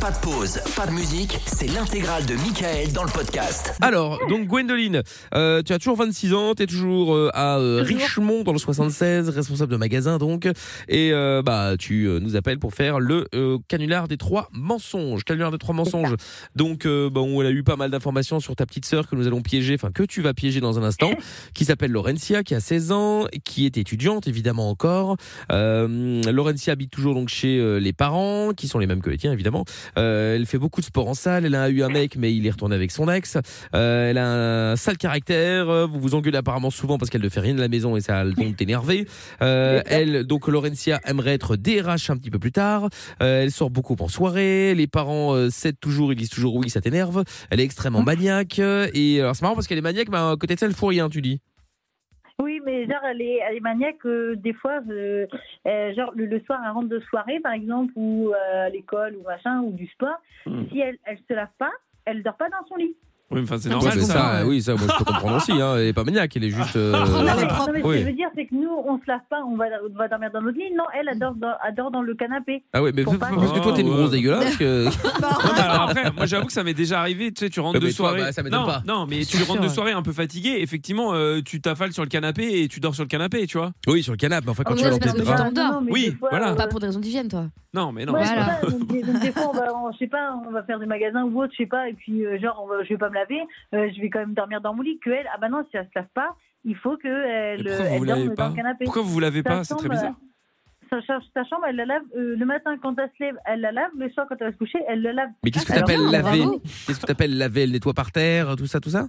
Pas de pause, pas de musique, c'est l'intégrale de Michael dans le podcast. Alors, donc Gwendoline, euh, tu as toujours 26 ans, tu es toujours euh, à euh, Toujours. Richemont dans le 76, responsable de magasin donc, et euh, bah tu euh, nous appelles pour faire le euh, canular des trois mensonges. Canular des trois mensonges. Donc, euh, bah, on a eu pas mal d'informations sur ta petite sœur que nous allons piéger, enfin que tu vas piéger dans un instant, qui s'appelle Laurentia, qui a 16 ans, qui est étudiante évidemment encore. Euh, Laurentia habite toujours donc chez euh, les parents, qui sont les mêmes que les tiens évidemment. Euh, elle fait beaucoup de sport en salle. Elle a eu un mec, mais il est retourné avec son ex. Euh, elle a un sale caractère. Euh, Vous vous engueulez apparemment souvent parce qu'elle ne fait rien de la maison et ça a le temps de t'énerver. Euh, elle, donc Laurentia, aimerait être DRH un petit peu plus tard. Euh, elle sort beaucoup en soirée. Les parents euh, cèdent toujours, ils disent toujours oui, ça t'énerve. Elle est extrêmement maniaque. euh, Et alors c'est marrant parce qu'elle est maniaque, mais à côté de ça, elle fout rien, tu dis. Oui, mais genre, elle est, elle est maniaque. euh, des fois, euh, euh, genre, le, le soir, elle rentre de soirée, par exemple, ou euh, à l'école, ou machin, ou du sport. Hmm. Si elle, elle se lave pas, elle dort pas dans son lit. Oui, mais enfin, c'est Ah, normal mais Ouais, ça. hein. mais ça, euh, oui, ça, moi je peux comprendre aussi. Hein. Elle est pas maniaque, elle est juste. euh, non, Ah, mais, mais propre. non, mais ce Oui. que je veux dire, c'est que nous, on se lave pas, on va, on va dormir dans notre lit. Non, elle, elle dort dans, elle dort dans le canapé. Ah oui, mais Faut pas pas- parce que toi t'es une Ah, grosse ouais. dégueulasse. Que... Non, mais alors après, moi j'avoue que ça m'est déjà arrivé, tu sais, tu Mais rentres de toi, soirée. bah, ça m'étonne non, pas. non, mais tu C'est rentres sûr, de ouais. soirée un peu fatigué, effectivement, euh, tu t'affales sur le canapé et tu dors sur le canapé, tu vois. Oui, sur le canapé. mais Enfin, quand Oh, tu mais vas dans c'est parce tes que draps. t'en dors. mais Oui, des fois, voilà. Ah. euh, Pas Bah, pour des raisons d'hygiène, toi. Non, mais non. Ouais, mais- Voilà. c'est ça, donc, des, donc des fois, on va, on- je sais pas, on va faire des magasins ou autre, je sais pas, et puis euh, genre, on va, je vais pas me laver, euh, je vais quand même dormir dans mon lit. Que elle, ah bah non, si elle se lave pas, il faut que elle, Mais pourquoi euh, vous elle dorme l'avez dans pas le canapé. Pourquoi vous vous lavez Sa pas C'est très chambre, bizarre. euh, Sa, cha- sa chambre, elle la lave euh, le matin quand elle se lève, elle la lave, le soir quand elle va se coucher, elle la lave. Mais qu'est-ce que Alors, t'appelles non, laver bravo. Qu'est-ce que t'appelles laver Elle nettoie par terre, tout ça, tout ça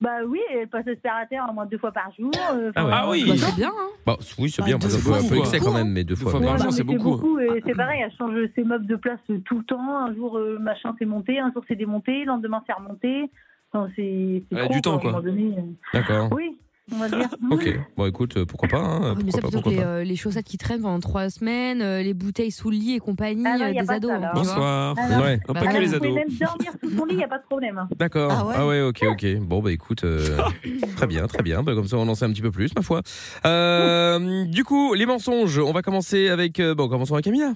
Bah oui, elle passe le à terre au moins deux fois par jour. euh, Ah ouais. enfin, Ah oui. Bah, c'est bien, hein. Bah c- oui, c'est Bah, bien. deux parce que fois, un c'est peu excès beaucoup, quand même, mais deux Deux fois. fois mais par Ouais, jour, non, c'est mais beaucoup. euh, c'est pareil, elle change ses meubles de place euh, tout le temps. Un jour, euh, machin, c'est monté. Un jour, c'est démonté. Le lendemain, c'est remonté. Enfin, c'est c'est Elle a trop, du temps, à un quoi. moment donné, euh. D'accord. Oui, on va dire. Ok. Bon, écoute, euh, pourquoi pas hein, Ouais, Ah, mais Pourquoi pas, ça plutôt que pourquoi les, pas. euh, les chaussettes qui traînent pendant trois semaines, euh, les bouteilles sous le lit et compagnie Ah non, euh, y a des pas de ça, ados. hein, là. tu Non, vois. soit- Alors, Ouais. Pas bah, que alors, les vous pouvez ados. même dormir sous son lit, il n'y a pas de problème. D'accord. Ah ouais. ok, ok. Bon, bah écoute, euh, très bien, très bien. Bah, comme ça, on en sait un petit peu plus, ma foi. Euh, du coup, les mensonges. On va commencer avec. euh, bon, commençons avec Camilla.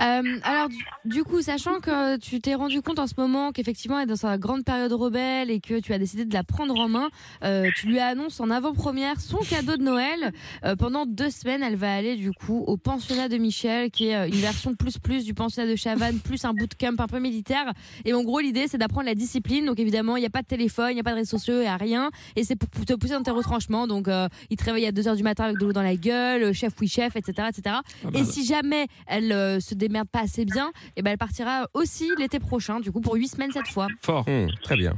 Euh, alors, du, du coup, sachant que tu t'es rendu compte en ce moment qu'effectivement elle est dans sa grande période rebelle et que tu as décidé de la prendre en main, euh, tu lui annonces en avant-première son cadeau de Noël. Euh, pendant deux semaines, elle va aller du coup au pensionnat de Michel, qui est euh, une version plus plus du pensionnat de Chavannes, plus un bootcamp un peu militaire. Et en gros, l'idée, c'est d'apprendre la discipline. Donc évidemment, il n'y a pas de téléphone, il n'y a pas de réseaux sociaux, il n'y a rien. Et c'est pour te pousser dans tes retranchements. Donc euh, il te réveille à 2h du matin avec de l'eau dans la gueule, euh, chef oui chef, etc. etc. Ah bah, Et si jamais elle euh, se démerde pas assez bien, et ben elle partira aussi l'été prochain, du coup pour 8 semaines cette fois. Fort. Hmm, très bien.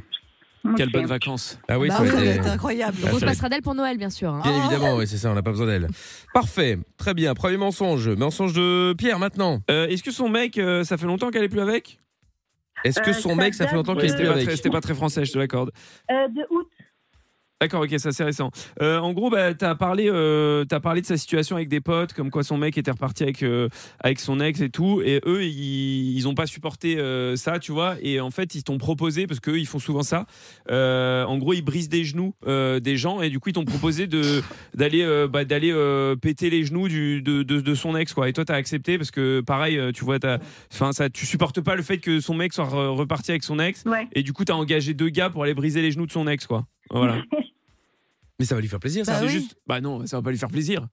Quelles Ok. bonnes vacances. Ah oui, Bah ça oui, va elle être- est incroyable. Ah, On ça va se être- passera d'elle pour Noël bien sûr. hein. Bien évidemment, oui, c'est ça, on n'a pas besoin d'elle. Parfait, très bien. Premier mensonge, mensonge de Pierre maintenant. Euh, Est-ce que son mec, euh, ça fait longtemps qu'elle est plus avec Est-ce que Euh, son ça mec, ça fait date longtemps de- qu'il Ouais, est plus C'était pas, avec très- c'était pas très français, je te l'accorde. Euh, de août, D'accord, ok, ça c'est récent. Euh, en gros, bah, t'as parlé, euh, t'as parlé de sa situation avec des potes, comme quoi son mec était reparti avec euh, avec son ex et tout, et eux ils, ils ont pas supporté euh, ça, tu vois. Et en fait, ils t'ont proposé parce qu'eux ils font souvent ça. euh, en gros, ils brisent des genoux euh, des gens et du coup ils t'ont proposé de d'aller euh, bah, d'aller euh, péter les genoux du, de, de, de son ex quoi. Et toi t'as accepté parce que pareil, euh, tu vois, t'as, enfin ça, tu supportes pas le fait que son mec soit re- reparti avec son ex. ouais. Et du coup, t'as engagé deux gars pour aller briser les genoux de son ex, quoi. Voilà. Mais ça va lui faire plaisir, ça. Bah C'est oui. juste- Bah non, ça va pas lui faire plaisir.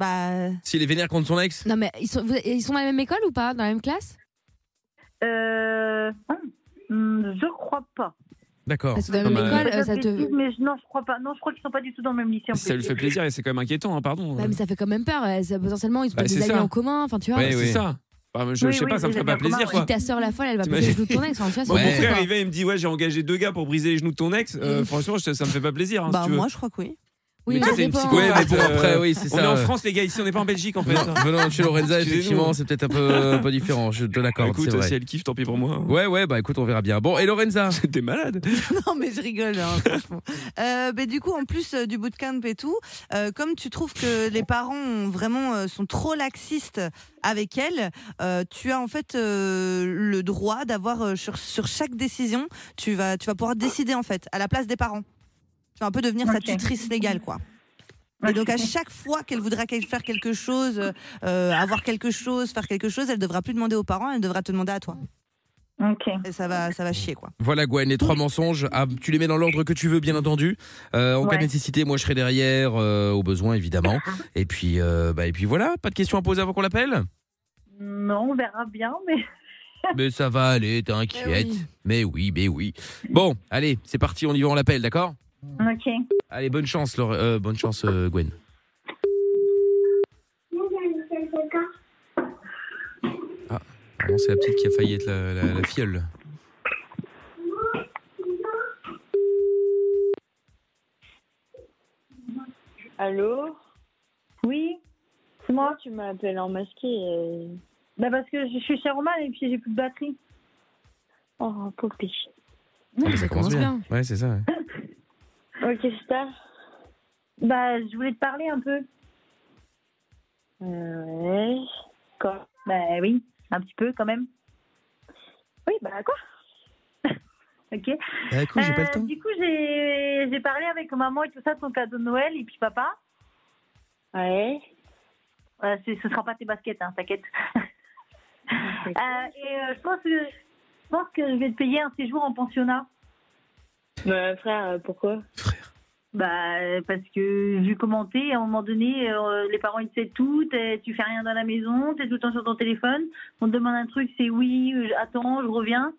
Bah, S'il est vénère contre son ex Non mais ils sont, vous- ils sont dans la même école ou pas Dans la même classe Euh, hum, hum, je crois pas. D'accord. Parce que dans la Non, même mais- école, Je euh, dis ça te... bêtises, mais je- non, je crois pas. Non, je crois qu'ils sont pas du tout dans le même lycée. en Si ça plus. lui fait plaisir et c'est quand même inquiétant, hein, pardon. Ouais, mais ça fait quand même peur. euh, ça- potentiellement ils ont Bah, des c'est amis ça. en commun. Enfin tu vois. Ouais, Oui, c'est oui. ça. Bah, je, je Oui, sais oui, pas, ça me c'est ferait pas bien commun, plaisir, ouais. quoi. Si ta sœur la folle, elle va T'imagines- péter le genou de ton ex. Enfin, tu vois, c'est Moi, Ouais. Mon n'importe frère quoi. arrivait, il me dit ouais j'ai engagé deux gars pour briser les genoux de ton ex. Euh, Mm. Franchement, je- ça me fait pas plaisir. hein, si bah tu veux. moi je crois que oui. Mais Oui, mais toi, ça t'es une dépend. psycho. Ouais, mais bon, Euh, après, oui, c'est on est ça. en euh, France les gars, ici on n'est pas en Belgique en fait. hein. Venant de chez Lorenza, Excusez-nous. effectivement, c'est peut-être un peu, euh, un peu différent. Je te l'accorde, Bah, Écoute, c'est si vrai. elle kiffe, tant pis pour moi. hein. Ouais, ouais, bah écoute, on verra bien. Bon, et Lorenza T'es malade. non mais je rigole, hein, franchement. Euh, mais du coup, en plus euh, du bootcamp et tout, euh, comme tu trouves que les parents ont vraiment euh, sont trop laxistes avec elle, euh, tu as en fait euh, le droit d'avoir euh, sur, sur chaque décision, tu vas, tu vas pouvoir décider en fait à la place des parents. Tu vas un peu devenir Ok. sa tutrice légale, quoi. Ouais, Et donc à je- chaque fois qu'elle voudra quel- faire quelque chose, euh, euh, avoir quelque chose, faire quelque chose, elle devra plus demander aux parents, elle devra te demander à toi. Ok. Et ça va, ça va chier, quoi. Voilà Gwen, les trois mensonges, ah, tu les mets dans l'ordre que tu veux bien entendu. Euh, en cas de Ouais. nécessité, moi je serai derrière, euh, au besoin évidemment. Et puis, euh, bah, et puis voilà, pas de questions à poser avant qu'on l'appelle Non, on verra bien, mais Mais ça va aller, t'inquiète. Eh oui. Mais oui, mais oui. Bon, allez, c'est parti, on y va, on l'appelle, d'accord ok. Allez, bonne chance, Laure- euh, bonne chance euh, Gwen. Ah, pardon, c'est la petite qui a failli être la, la, la fiole. Allô Oui. C'est Moi, moi. tu m'appelles en masqué euh. et... Bah parce que je suis chez Roman et puis j'ai plus de batterie. Oh, poupée. Ah, ça commence commence hein. bien. Ouais, c'est ça. ouais. Ok, star. Bah je voulais te parler un peu. Euh, ouais. Quoi Bah oui, un petit peu quand même. Oui, bah quoi Ok. Ah, écoute, j'ai pas le Euh, temps. Du coup, j'ai j'ai parlé avec maman et tout ça de ton cadeau de Noël et puis papa. Ouais. Euh, c'est- ce sera pas tes baskets, hein, t'inquiète. Euh, et euh, je pense que je pense que je vais te payer un séjour en pensionnat. Mais frère, euh, pourquoi Bah euh, parce que vu comment t'es, à un moment donné, euh, les parents ils te savent tout, t'es- tu fais rien dans la maison, t'es tout le temps sur ton téléphone. On te demande un truc, c'est oui, euh, attends, je reviens.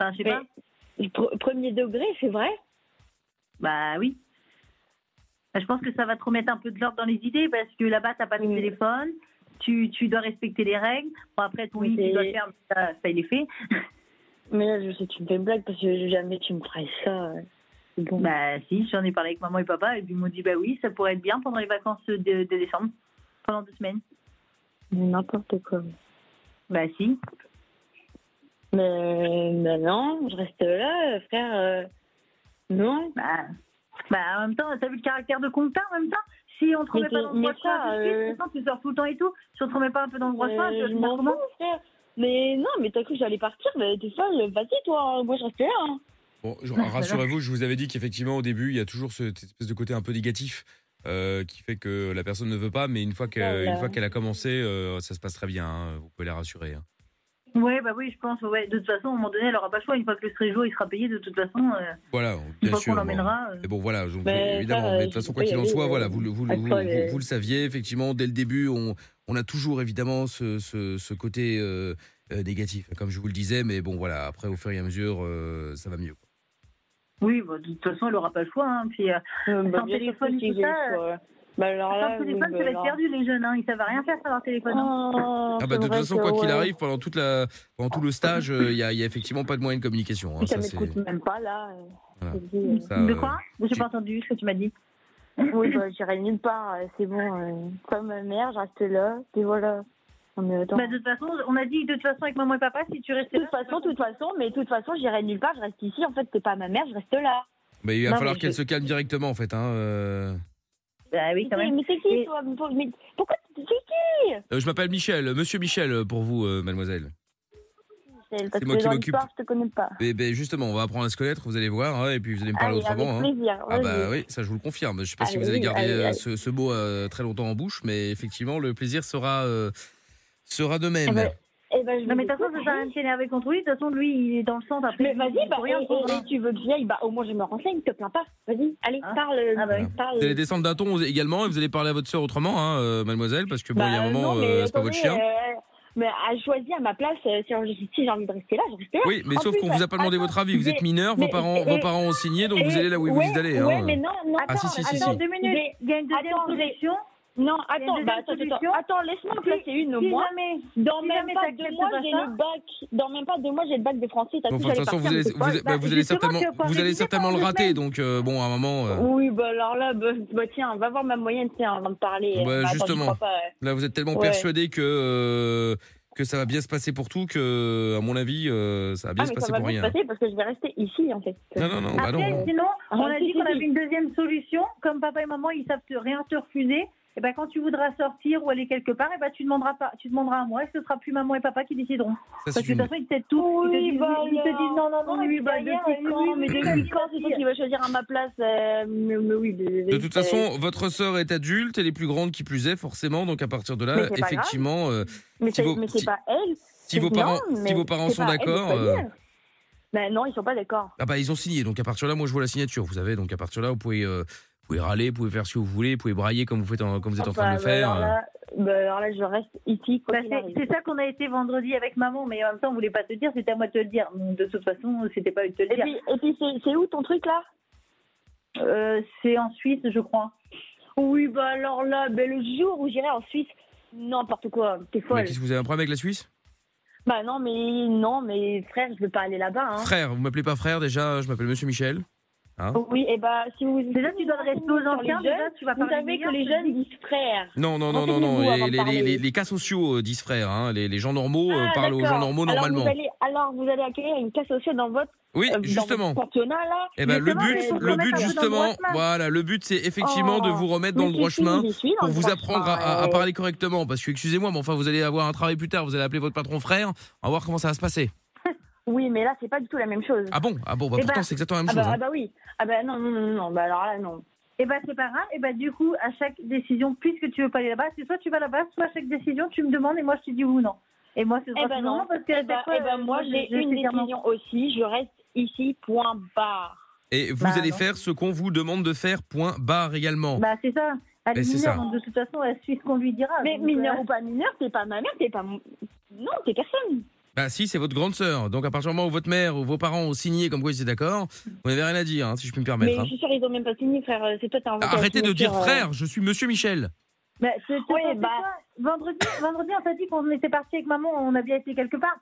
Enfin, je sais Mais- pas. Le pr- Premier degré, c'est vrai Bah oui. Bah, Je pense que ça va te remettre un peu de l'ordre dans les idées parce que là-bas, t'as pas de Oui. téléphone, tu, tu dois respecter les règles. Bon, après, ton lit, Mais- tu dois le faire, mais ça, ça, il est fait. Mais là, je sais que tu me fais une blague parce que jamais tu me ferais ça. euh. C'est Bon. Bah si, j'en ai parlé avec maman et papa et puis ils m'ont dit bah oui, ça pourrait être bien pendant les vacances de, de décembre, pendant deux semaines. N'importe quoi. Bah si. Mais, mais non, je reste là, euh, frère. euh, Non. Bah, bah en même temps, t'as vu le caractère de compta en même temps si on te Mais remet pas t'es- dans le mais droit chemin, ça, tout de suite, euh, maintenant, tu sors tout le temps et tout. Si on te remet pas un peu dans le droit chemin, Euh, tu je vas faire m'en comment fous, frère. Mais non, mais t'as cru que j'allais partir, mais t'es folle, vas-y toi, hein. moi je reste là. hein. Bon, Ah, genre, rassurez-vous, je vous avais dit qu'effectivement, au début, il y a toujours cette espèce de côté un peu négatif euh, qui fait que la personne ne veut pas, mais une fois que- Ah, Voilà. bah une fois qu'elle a commencé, euh, ça se passe très bien. hein. vous pouvez la rassurer. hein. Ouais, bah oui, je pense. Ouais. De toute façon, à un moment donné, elle aura pas le choix. Une fois que le séjour il sera payé, de toute façon, euh, Voilà, une bien fois sûr. qu'on bon. l'emmènera. euh, Mais bon, voilà, donc, Mais évidemment. ça, mais de je toute façon, peux quoi y qu'il en aller, soit, euh, voilà, vous, le- vous, le- vous, après, vous- euh, vous le saviez, effectivement, dès le début, on, on a toujours évidemment ce, ce- ce côté euh, euh, négatif, comme je vous le disais, mais bon, voilà, après, au fur et à mesure, euh, ça va mieux. quoi. Oui, bah, de toute façon, elle aura pas le choix. Hein. Puis, euh, Euh, bah, Sans bien sûr téléphone que et si, tout ça, je- euh, Bah alors là, sans téléphone, oui, ça va bah, être perdu, les jeunes. Hein. Ils savent rien faire sans leur téléphone. hein. alors. Ah bah, de toute façon, quoi qu'il arrive, pendant, toute la, pendant tout le stage, euh, il n'y a, il y a effectivement pas de moyen de communication. hein, ça ça, m'écoute c'est- même pas là. euh, Voilà. je te dis, ça, de euh, quoi J'ai tu- pas entendu ce que tu m'as dit. euh, Oui, bah, j'irai nulle part, euh, c'est bon. euh, Comme ma mère, je reste là, et voilà. On est autant. Bah, de toute façon, on a dit de toute façon avec maman et papa, si tu restais De là. toute façon, de toute façon, mais de toute façon, j'irai nulle part, je reste ici. En fait, t'es pas ma mère, je reste là. Bah, il va Non, falloir mais qu'elle je- se calme directement en fait. hein, euh. Bah oui, quand Mais même. mais c'est qui, Et- toi Mais pour- mais Pourquoi tu qui Euh, je m'appelle Michel, euh, Monsieur Michel euh, pour vous, euh, mademoiselle. Michel Parce moi que qui dans m'occupe. l'histoire, je te connais pas. Et, ben, justement, on va apprendre à se connaître, vous allez voir, hein, et puis vous allez me parler Allez, autrement. hein. Avec plaisir. Ah bah vas-y. oui, ça je vous le confirme. Je sais pas si Allez, vous avez Oh, Ah oui, gardé allez, euh, allez. Ce, ce mot euh, très longtemps en bouche, mais effectivement, le plaisir sera, euh, sera de même. Eh ben, Eh ben, je Non, mais vous de toute façon, ça écoute, sert à rien de s'énerver contre lui. De toute façon, lui, il est dans le centre. Après, Mais il- vas-y, il bah, peut rien et, faire, et- hein. et tu veux que j'y aille, bah, au moins je me renseigne, te plains pas. Vas-y, allez, Hein parle, Ah bah oui. parle. Vous allez descendre d'un ton également et vous allez parler à votre sœur autrement, hein, euh, mademoiselle, parce que bon, Bah, il y a un moment, non, mais euh, c'est pas votre attendez, chien. euh, mais à choisir à ma place, euh, si j'ai si j'ai envie de rester là, je reste là. Oui, mais euh, en sauf plus, qu'on vous a pas demandé attends, votre avis. Vous êtes mais- mineur, vos mais- parents, et- vos parents ont signé, donc Et- vous allez là où ils vous ouais, dites d'aller. Ouais, hein. mais non, non, Ah, si, si, si, attends, si. Deux minutes. Mais- Il y a une deuxième Attends, j'ai- solution. non, Il y a attends, une bah, deuxième attends, attends, solution. attends, laisse-moi en placer une au Si moins. jamais. Dans si même jamais pas t'acceptes deux mois, pas j'ai ça- le bac. Dans même pas deux mois, j'ai le bac de français. T'as Bon, cru enfin, que de toute façon, vous j'allais partir, mais allez, c'est pas- vous, allez- bah, bah, vous allez justement, certainement, tu vas pouvoir vous allez réviser certainement pendant le deux rater, semaines. donc euh, bon, à un moment, euh, Oui, bah alors là, bah, bah, tiens, va voir ma moyenne, tiens, avant de parler. Bah, attends, j'y justement. crois pas, euh. là, vous êtes tellement Ouais. persuadé que euh, que ça va bien se passer pour tout que, à mon avis, euh, ça va bien Ah, se mais passer ça va pour bien se rien. passer parce que je vais rester ici, en fait. Non, non, non, bah Après, non. sinon, on Ah, a si, dit si, qu'on si. avait une deuxième solution. Comme papa et maman, ils savent te- rien te refuser. Et ben, quand tu voudras sortir ou aller quelque part, et ben, tu demanderas pas, tu demanderas à moi. Et ce sera plus maman et papa qui décideront. Ça, Parce c'est que de une toute façon, ils t'aident tout. Oui, ils, te disent, bah ils te alors. disent non, non, non. et oui, puis bah, derrière, depuis euh, quand oui, Mais depuis quand c'est toi qui vas choisir à ma place euh, mais- mais oui, De toute façon, votre sœur est adulte, elle est plus grande qui plus est, forcément. Donc à partir de Mais là, c'est pas grave. effectivement, euh, mais si c'est vous- mais c'est si- pas elle. Si vos Non, parents, si mais vos parents c'est sont pas à elle de d'accord. euh, choisir. Ben non, ils sont pas d'accord. Ah bah ils ont signé, donc à partir de là, moi je vois la signature, vous savez, donc à partir de là, vous pouvez, euh, vous pouvez râler, vous pouvez faire ce que vous voulez, vous pouvez brailler comme vous, faites en- comme vous êtes en Ah, train de bah, le bah, faire. alors, là, bah, alors là, je reste ici quoi Bah, qu'il c'est arrive. c'est ça qu'on a été vendredi avec maman, mais en même temps, on voulait pas te le dire, c'était à moi de te le dire. Donc, De toute façon, c'était pas à eux de te le Et dire. puis, et puis c'est- c'est où ton truc là Euh, c'est en Suisse, je crois. Oui, bah alors là, ben, le jour où j'irai en Suisse, n'importe quoi, t'es Mais folle. qu'est-ce que vous avez un problème avec la Suisse Bah non, mais non, mais frère, je veux pas aller là-bas. Hein. Frère, vous m'appelez pas frère déjà, je m'appelle Monsieur Michel. Oui, et bah si vous. Déjà, tu dois rester aux anciens, Sur les déjà, tu vas Vous parler savez que meilleur, je les te le jeunes dis. disent frère. Non, non, non, non, Renseignez-vous non, les, Ah, avant les, de les, parler. les- les cas sociaux euh, disent frère, hein, les, les gens normaux euh, Ah, parlent aux d'accord. gens normaux Alors, normalement. Vous allez, alors vous allez accueillir une classe sociale dans votre, Oui, euh, dans justement. votre pensionnat là Eh ben, le Justement, but, mais pour le remettre but un peu dans le justement, droit chemin. voilà, le but c'est effectivement de Oh, vous remettre dans mais le droit si, si, chemin j'y suis dans pour le vous droit apprendre à, chemin, à- à ouais. parler correctement. Parce que excusez-moi, mais enfin vous allez avoir un travail plus tard, vous allez appeler votre patron frère, on va voir comment ça va se passer. Oui, mais là, c'est pas du tout la même chose. Ah bon Ah bon, bah Eh pourtant ben, c'est exactement la même Ah chose. bah, hein. ah bah oui. Ah bah non, non, non, non, bah alors là, non. Et bah c'est pas grave, et bah du coup, à chaque décision, puisque tu veux pas aller là-bas, c'est soit tu vas là-bas, soit à chaque décision, tu me demandes et moi je te dis oui ou non. Et moi, c'est Eh ben non. parce que à Eh chaque ben, fois, eh ben, euh, moi, je- j'ai je une sais dire non. décision aussi. Je reste ici, point barre. Et vous Bah, allez non. faire ce qu'on vous demande de faire, point barre également. Bah c'est ça. Elle Mais est Eh, c'est mineure, ça. donc de toute façon, elle suit ce qu'on lui dira. Mais donc, mineur euh, ou pas mineur, t'es pas ma mère, t'es pas mon... Non, t'es personne. Bah si, c'est votre grande sœur. Donc à partir du moment où votre mère ou vos parents ont signé comme quoi ils étaient d'accord, vous n'avez rien à dire, hein, si je puis me Mais permettre. hein. je suis sûre, ils ont même pas signé, frère. Euh, C'est toi, t'as inventé la Arrêtez de dire signature, euh. frère, je suis Monsieur Michel. bah, c'est- t'as Oui, pensé bah. quoi vendredi, vendredi, on t'a dit qu'on était parti avec maman, on a bien été quelque part.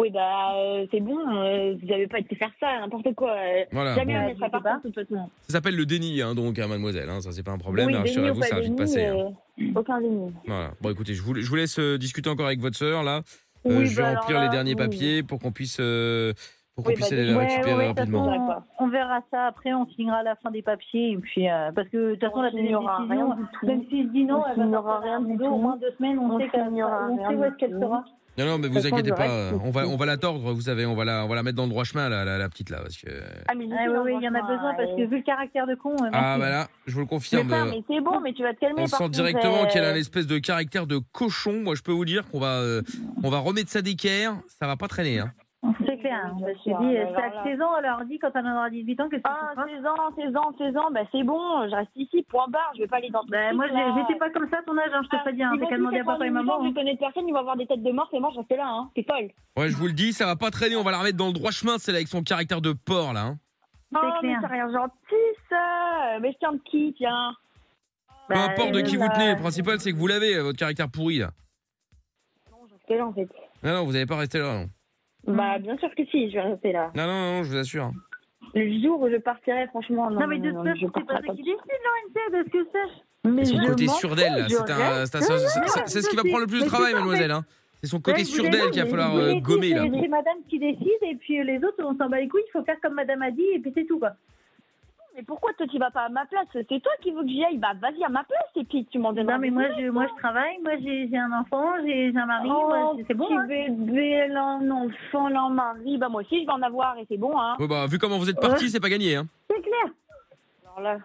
Oui, bah, euh, c'est bon, euh, vous avez pas été faire ça, n'importe quoi. euh. Voilà. Jamais bon. on Bah, ne je sera sais pas de toute façon. Ça s'appelle le déni, hein, donc, hein, mademoiselle. hein, ça, c'est pas un problème. oui, déni ou Rassurez-vous, pas ça va vite déni, passer. hein. euh, Aucun déni. Voilà. Bon, écoutez, je vous, je vous laisse euh, discuter encore avec votre sœur là. Euh, Oui, je vais bah, alors remplir les là, derniers oui. papiers pour qu'on puisse, euh, pour qu'on Oui, puisse bah, aller la ouais, récupérer ouais, de toute rapidement. façon, On, on verra ça après, on signera la fin des papiers, et puis euh, parce que de toute façon, la il n'y dernière aura décision, rien du tout. même si je dis non, On elle va signera sortir rien un du rideau, tout. Au moins deux semaines, on, On sait, qu'elle- signera on sait rien où est-ce du qu'elle tout. sera. Non, non, mais De vous toute façon, inquiétez je pas. reste euh, On va, ici. on va la tordre. Vous savez, on va la, on va la mettre dans le droit chemin là, la, la petite là, parce que. Ah, mais du Ah coup, oui, là, oui, il y en a franchement, besoin parce euh, que vu le caractère de con. euh, Ah merci. bah là, je vous le Mais, confirme. frère, euh, mais c'est bon, mais tu vas te calmer. On par sent contre, directement euh, qu'elle a un espèce de caractère de cochon. Moi, je peux vous dire qu'on va, euh, on va remettre ça d'équerre. Ça va pas traîner. hein. C'est clair. Oui, Je me bien suis sûr, dit, mais euh, c'est alors à 16 ans, on leur dit quand on en aura 18 ans que c'est Ah, son 16 ans, 16 ans, 16 ans, bah c'est bon, je reste ici, point barre, je vais pas aller dans Ben, moi, j'ai- j'étais pas comme ça à ton âge, hein, je te préviens. Hein, Ils T'as vont qu'à plus demander à faire papa et une maman. uniforme, hein. Je connais personne, il va avoir des têtes de mort, c'est mort, je reste là, hein. T'es folle. Ouais, je vous le dis, ça va pas traîner. On va la remettre dans le droit chemin, celle avec son caractère de porc là. hein. Oh, mais clair. c'est rien gentil, ça. Mais je tiens de qui, tiens. Peu Bah, importe de euh, qui là. vous tenez, le principal c'est que vous l'avez, euh, votre caractère pourri là. T'es là, en fait. Non, non, vous n'allez pas rester là. Non. Bah, bien sûr que si, je vais rester là. non, non, non, je vous assure. hein. Le jour où je partirai, franchement, non. Non, mais de non, toute non, je façon, c'est pas ça partirai qui décide, l'ONC, de ce que c'est. Mais Et son je côté m'en surdel, fous, là, je c'est un- reste c'est un- c'est- c'est- c'est- c'est ce qui va prendre le plus de travail, mademoiselle. hein. C'est son côté Ouais, je vous surdel l'avais, qu'il va mais falloir vous euh, l'avez dit, gommer là. C'est c'est madame qui décide, et puis euh, les autres, on s'en bat les couilles, il faut faire comme madame a dit, et puis c'est tout, quoi. Mais pourquoi toi, tu vas pas à ma place C'est toi qui veux que j'y aille. Bah, vas-y à ma place et puis tu m'en donnes Non, mais moi, je, moi, je travaille, moi, j'ai j'ai un enfant, j'ai j'ai un mari, moi, Oh, c'est- c'est bon. hein. bébé, l'en enfant, l'en mari. Bah, moi aussi, je vais en avoir et c'est bon, hein. Ouais, bah, vu comment vous êtes parti, c'est pas gagné. hein. C'est clair. Alors là,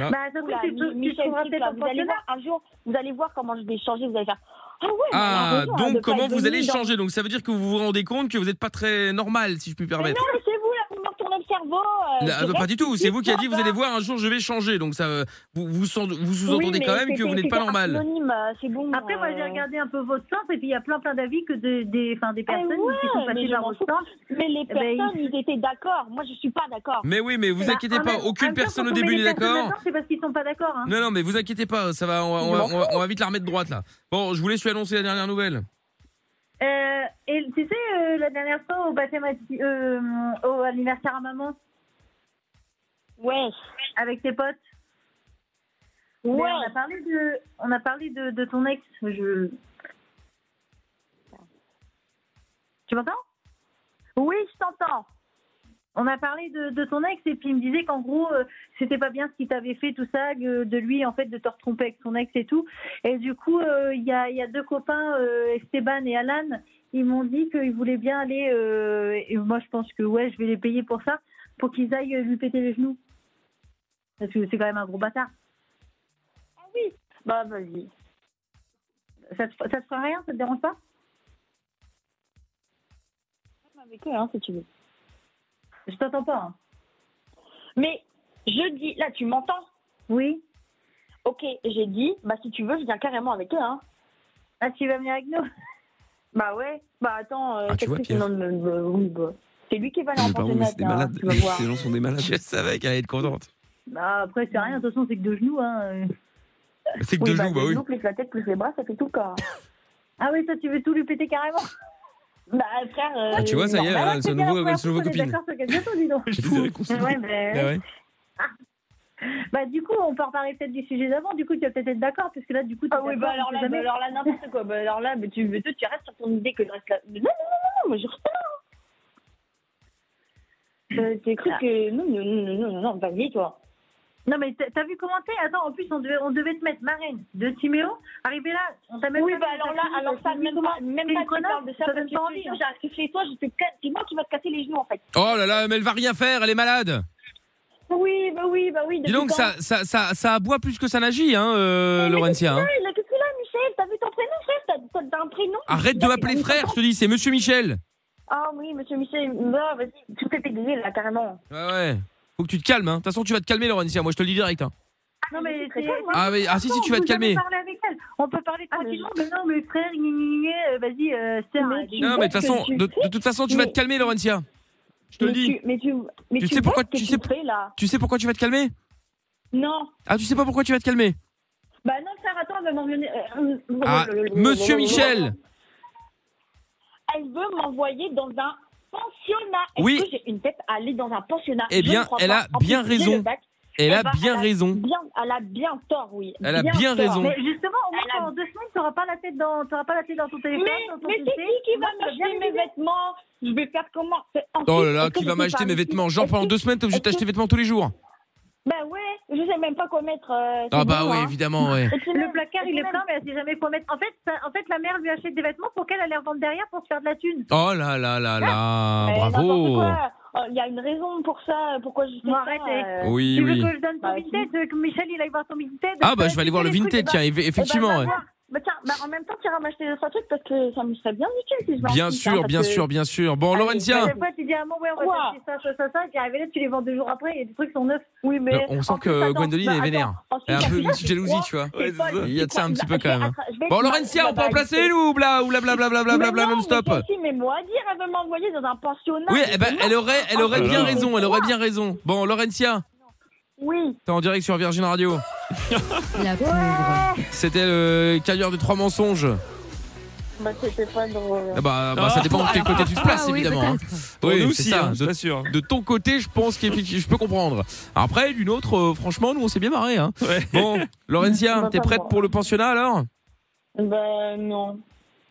Ah. Bah, surtout, oula, tu tu- tu Michel, trouveras Pic, peut-être là, un vous allez pensionnat. voir un jour, vous allez voir comment je vais changer, vous allez faire. Ah ouais, mais elle a Ah, raison, hein, de donc pas comment être vous venue allez dans- changer Donc ça veut dire que vous vous rendez compte que vous n'êtes pas très normal, si je puis me Mais permettre. non, mais c'est vous, là, vous me retournez le cerveau. euh, Là, je pas du tout, c'est vous qui a dit vous Pardon. allez voir un jour je vais changer. Donc ça euh, vous vous, sent- vous sous-entendez Oui, quand mais même que c'était- vous n'êtes pas c'était normal. anonyme, euh, c'est bon. Après, moi, j'ai euh, regardé un peu votre sens, et puis il y a plein, plein d'avis que de- des, enfin, des Ah personnes ouais, qui sont mais passées je par m'en votre fous. sens. Mais les ben, ils- personnes, ils étaient d'accord. Moi, je suis pas d'accord. Mais oui, mais vous Bah, inquiétez en pas, même- en aucune même temps, personne au quand on début met n'est les personnes d'accord. hein. C'est parce qu'ils sont pas d'accord. Hein. Non, non, mais vous inquiétez pas, ça va, on va, on va- on va- on va vite la remettre droite là. Bon, je vous laisse lui annoncer la dernière nouvelle. Euh, et tu sais, euh, la dernière fois au baptême, à- euh, au anniversaire à maman, Ouais, avec tes potes, mais ouais. on a parlé de, on a parlé de, de ton ex. Je... Tu m'entends Oui, je t'entends. On a parlé de, de ton ex et puis il me disait qu'en gros euh, c'était pas bien ce qu'il t'avait fait tout ça que de lui en fait de te retromper avec ton ex et tout et du coup euh, il y, a, il y a deux copains euh, Esteban et Alan ils m'ont dit qu'ils voulaient bien aller euh, et moi je pense que ouais je vais les payer pour ça pour qu'ils aillent lui péter les genoux parce que c'est quand même un gros bâtard Ah Bah, vas-y. ça te, ça te fera rien ça te dérange pas avec eux, hein, si tu veux. Je t'entends pas. hein. Mais je dis, là, tu m'entends Oui. Ok, j'ai dit, bah si tu veux, je viens carrément avec eux. Hein. Ah, tu vas venir avec nous Bah ouais, bah attends, euh, Ah, tu qu'est-ce vois, que Pierre. non, mais, bah, oui, bah, c'est lui qui va aller en Pardon, mais c'est des pensionnat, hein, malades. tu vas voir. Ces gens sont des malades. Je savais qu'elle allait être contente. Bah, après, c'est rien. De toute façon, c'est que deux genoux. Hein. C'est que Oui, deux bah, jours, bah les oui. genoux, plus la tête, plus les bras, ça fait tout le corps. Ah oui, ça, tu veux tout lui péter carrément bah frère, euh, Ah, tu vois, ça y est, normal. elle a hein, c'est son bien, nouveau, la première son fois nouveau qu'on est copine. D'accord, ça casse bientôt, dis donc. Je les avais conseillés. Ouais, mais- Ah ouais. Bah, du coup, on peut reparler peut-être du sujet d'avant. Du coup, tu vas peut-être être d'accord, puisque là, du coup, tu Ah oui, bah alors là, bah, alors là, n'importe quoi. Bah alors là, mais tu, mais toi, tu restes sur ton idée que je reste là. Mais non, non, non, non, moi, je reste là. hein. Euh, T'as cru que. Non, non, non, non, non, non, vas-y, toi. ah. Non, mais t'as- t'as vu comment t'es Attends, en plus, on devait, on devait te mettre marraine de Timéo. Arrivé là, on t'a même Oui, pas bah mis alors ta là, tenue, alors t'as ça, dit, même comment pas, même t'es pas, une tu parles de ça, connasse, ça parce donne que pas tu- envie, hein. J'arrive chez toi, je te casse. C'est moi qui va te casser les genoux, en fait. Oh là là, mais elle va rien faire, elle est malade. Oui, bah oui, bah oui. Dis depuis donc, quand ça, ça, ça, ça aboie plus que ça n'agit, hein, euh, Laurentia. hein. Ouais, là, Qu'est-ce que là, Michel T'as vu ton prénom, frère T'as- T'as t'as un prénom Arrête de Là, m'appeler t'as- frère, je te dis, c'est Monsieur Michel. Ah oui, monsieur Michel, non, vas-y, tu fais tes grillés, là, carrément. Ouais, ouais. Faut que tu te calmes, hein. De toute façon, tu vas te calmer, Laurentia. Moi, je te le dis direct. hein. Non, mais très c'est- calme, hein. Ah, oui, ah si, si, tu vas te Vous avez calmer. parlé avec elle. On peut parler Ah, mais- tranquillement. Mais non, mais frère, gna, gna, gna, euh, vas-y, euh, sœur, Mais allez. tu- Non, mais de toute façon, de, de toute façon, tu vas te calmer, Laurentia. Je te le Mais dis. tu- Mais tu, mais Tu sais pourquoi- vois ce que tu sais- fais, là Tu sais pourquoi tu vas te calmer Non. Ah, tu sais pas pourquoi tu vas te calmer Bah non, frère, attends, elle va euh, m'envoyer. Ah, Monsieur Michel. Elle veut m'envoyer dans un pensionnat. Est-ce Oui. que j'ai une tête à aller dans un pensionnat Eh Je ne bien, crois elle pas. a En plus, bien j'ai raison. le bac. Elle a bah, bien elle a- raison. Bien, elle a bien tort, oui. Elle a bien tort. raison. Mais justement, au moins, Elle a- pendant deux semaines, t'auras pas la tête dans, t'auras pas la tête dans ton téléphone. Mais, dans ton mais c'est PC. qui qui va Moi, je veux bien m'acheter mes l'idée. vêtements Je vais faire comment C'est- ensuite, Oh là là, est-ce que qui je va peux m'acheter faire mes ici vêtements Genre, Est-ce pendant que- deux semaines, t'es obligé de est-ce que- t'acheter des vêtements tous les jours. Ben ouais, je sais même pas quoi mettre. euh, Ah, c'est bah bon, oui, hein. évidemment, ouais. Et puis Le même- placard, et puis il est même- plein, mais elle sait jamais quoi mettre. En fait, ça- en fait, la mère lui achète des vêtements pour qu'elle allait revendre derrière pour se faire de la thune. Oh là là là là, Eh, n'importe Ah, bravo. quoi. Oh, Il y a une raison pour ça, pourquoi je fais Bon, ça. arrêtez. euh. Oui, tu veux oui. que je donne ton Bah, vintage, euh, que Michel il aille voir ton vintage. Ah, bah, je vais aller voir le les trucs, vintage, bah, tiens, eff- effectivement, Eh ben, ouais. va voir. Bah tiens, bah, en même temps, tu iras m'acheter deux, trois trucs parce que ça me serait bien nickel si je Bien m'achète, hein, sûr, parce bien que- sûr, bien sûr. Bon, Allez, Laurentia, Ah, Des fois, tu dis à maman, ouais, on Quoi va acheter ça, ça, ça, ça, et puis arrivé là, tu les vends deux jours après, et des trucs sont neufs. Oui, mais. Euh, on sent ensuite, que attends, Gwendoline, bah, elle est vénère. attends, ensuite, elle a un peu après, une petite je jalousie, crois- tu vois. c'est c'est pas- ça. Il y a de ça un petit peu je vais- quand même. hein. attends, je vais- Bon, je vais- Laurentia, bah, on peut en bah, placer écoutez. une ou bla, ou bla, bla, bla, bla, bla, bla, Mais bla, non, non stop mais si, mais moi à dire, elle veut m'envoyer dans un pensionnat. Oui, eh ben, elle aurait, elle aurait Oh là Ah, bah, bien là. raison, elle aurait bien raison. Bon, Laurentia, Oui. t'es en direct sur Virgin Radio. La pauvre. C'était le cagnard de trois mensonges. Bah, c'était pas drôle. Ah bah, bah, ça dépend de quel côté tu te places, Ah oui, évidemment. hein. peut-être. Pour nous c'est aussi, ça. hein, je De, t'assure. de ton côté, je pense qu'effectivement, je peux comprendre. Après, d'une autre, euh, franchement, nous, on s'est bien marré. Hein. Ouais. Bon, Laurentia, Bah, t'es pas prête moi. pour le pensionnat alors Bah, non.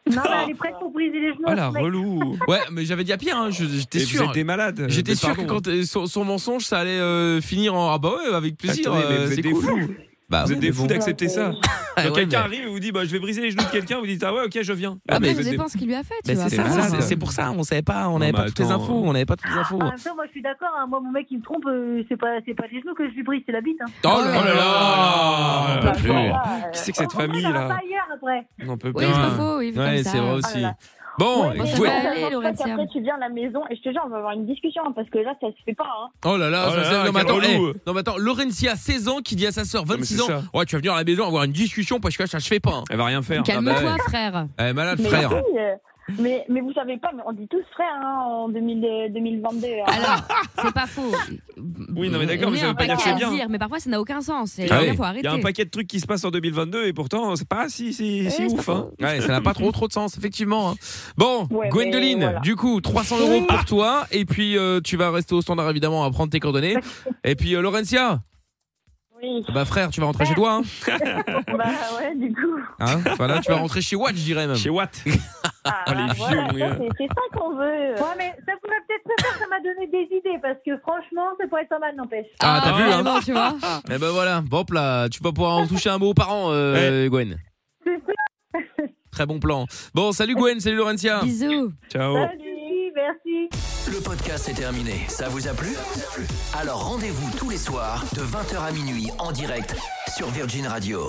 Non, mais elle est prête pour briser les Oh genoux. Ah à la ce mec. relou. Ouais, mais j'avais dit à Pierre, hein, je- j'étais Et Vous sûr. êtes des malades. J'étais Mais sûr que pardon. hein. quand euh, son, son mensonge, ça allait euh, finir en ah bah ouais, avec plaisir. Attendez, mais euh, vous êtes c'est des cool. fous. Bah, Vous ouais, êtes des mais fous bon. d'accepter ça. Ah, Quand ouais, quelqu'un mais- arrive et vous dit bah je vais briser les genoux de quelqu'un, vous dites ah ouais ok je viens. Ah, mais Après, vous ça êtes des- dépend ce qu'il lui a fait, tu Mais vois. c'est ça, malade. c'est- c'est pour ça, on savait pas, on Non, n'avait mais pas toutes les attends. infos, on n'avait pas toutes les infos. En même temps, moi, je suis d'accord. hein. Moi, mon mec, il me trompe. euh, c'est pas, c'est pas les genoux que je lui brise, c'est la bite. Hein. Oh là Oh là là, là. on peut Bah, plus. voilà. Ah, Qui c'est que cette Au moins, famille elle va pas là ailleurs après. Non peut Oui, c'est pas faux, oui. Ouais, comme ça. c'est vrai aussi. Ah là là. Bon, Ouais, mais écoutez- ça va. attends, aller, attends, Laurentia. Après, tu viens à la maison et je te jure, on va avoir une discussion hein, parce que là, ça se fait pas. Hein. oh là là, Oh ça, là c'est- là, non, mais quel attends, relou. hey, non, mais attends, Laurentia, 16 ans, qui dit à sa sœur, mais c'est 26 ans, ça. ouais, tu vas venir à la maison avoir une discussion parce que ça se fait pas. hein. Elle va rien faire. Ah bah Calme-toi, ouais. frère. Elle est malade, Mais, frère. oui, euh, mais, mais vous savez pas, mais on dit tous frère hein, en 2000, euh, 2022. hein. Alors, c'est pas faux. Oui, non, Ah, mais d'accord, On mais est ça veut un pas dire que paquet c'est à bien. dire, Mais parfois, ça n'a aucun sens. Et Ah là, oui. faut Il arrêter. y a un paquet de trucs qui se passent en 2022 et pourtant c'est pas si si si Ouais, c'est ouf. pas hein. Ouais, ça n'a pas trop trop de sens, effectivement. hein. Bon, Ouais, mais Gwendoline, voilà. du coup, 300 euros pour toi, et puis euh, tu vas rester au standard évidemment à prendre tes coordonnées. Et puis euh, Laurentia, Oui, bah frère, tu vas rentrer chez toi, hein, bah ouais, du coup. Hein Voilà, tu vas rentrer chez Watt, je dirais même. Chez Watt. Oh, Ah, les voilà, vieux, ça, oui. c'est c'est ça qu'on veut. Ouais, mais ça pourrait peut-être se faire. Ça m'a donné des idées parce que franchement, ça pourrait être pas mal, n'empêche. Ah, t'as vu, hein vraiment, tu vois. Ah. Eh ben voilà, bon, hop là, tu vas pouvoir en toucher un mot par an, euh, Gwen. C'est ça. Très bon plan. Bon, salut Gwen, salut Laurentia. Bisous. Ciao. Pas de souci, merci. Le podcast est terminé. Ça vous a plu Alors rendez-vous tous les soirs de 20h à minuit en direct sur Virgin Radio.